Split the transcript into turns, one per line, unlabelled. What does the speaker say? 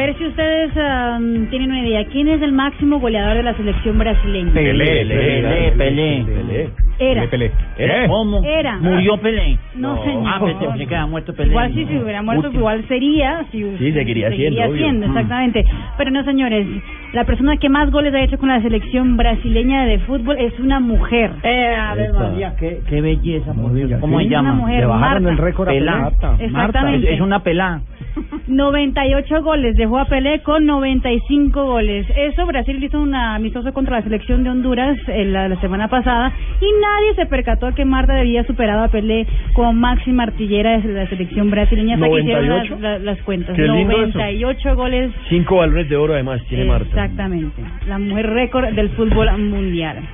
A ver si ustedes am, tienen una idea. ¿Quién es el máximo goleador de la selección brasileña?
Pelé, Pelé, Pelé.
Era.
¿Eh? ¿Cómo?
Era.
Murió Pelé.
No, señor.
Ah, pensé, pensé que había muerto Pelé.
Igual si se hubiera muerto,
Útil.
igual sería. Si
Sí, seguiría siendo, obvio. Mm.
exactamente. Pero no, señores. La persona que más goles ha hecho con la selección brasileña de fútbol es una mujer.
Eh, a ver, María, qué, qué belleza, por Dios. ¿Cómo
sí.
se llama?
Una mujer, Le bajaron Marta. el récord a
Pelá.
Pelé. Exactamente.
Es, es una pelá.
98 goles, dejó a Pelé con 95 goles. Eso Brasil hizo un amistoso contra la selección de Honduras eh, la, la semana pasada y nadie se percató que Marta había superado a Pelé como máxima artillera de la selección brasileña. Hasta que hicieron las-
98?
la- las, cuentas.
Qué lindo eso.
98 goles.
Cinco balones de oro además tiene Marta.
Exactamente. La mujer récord del fútbol mundial.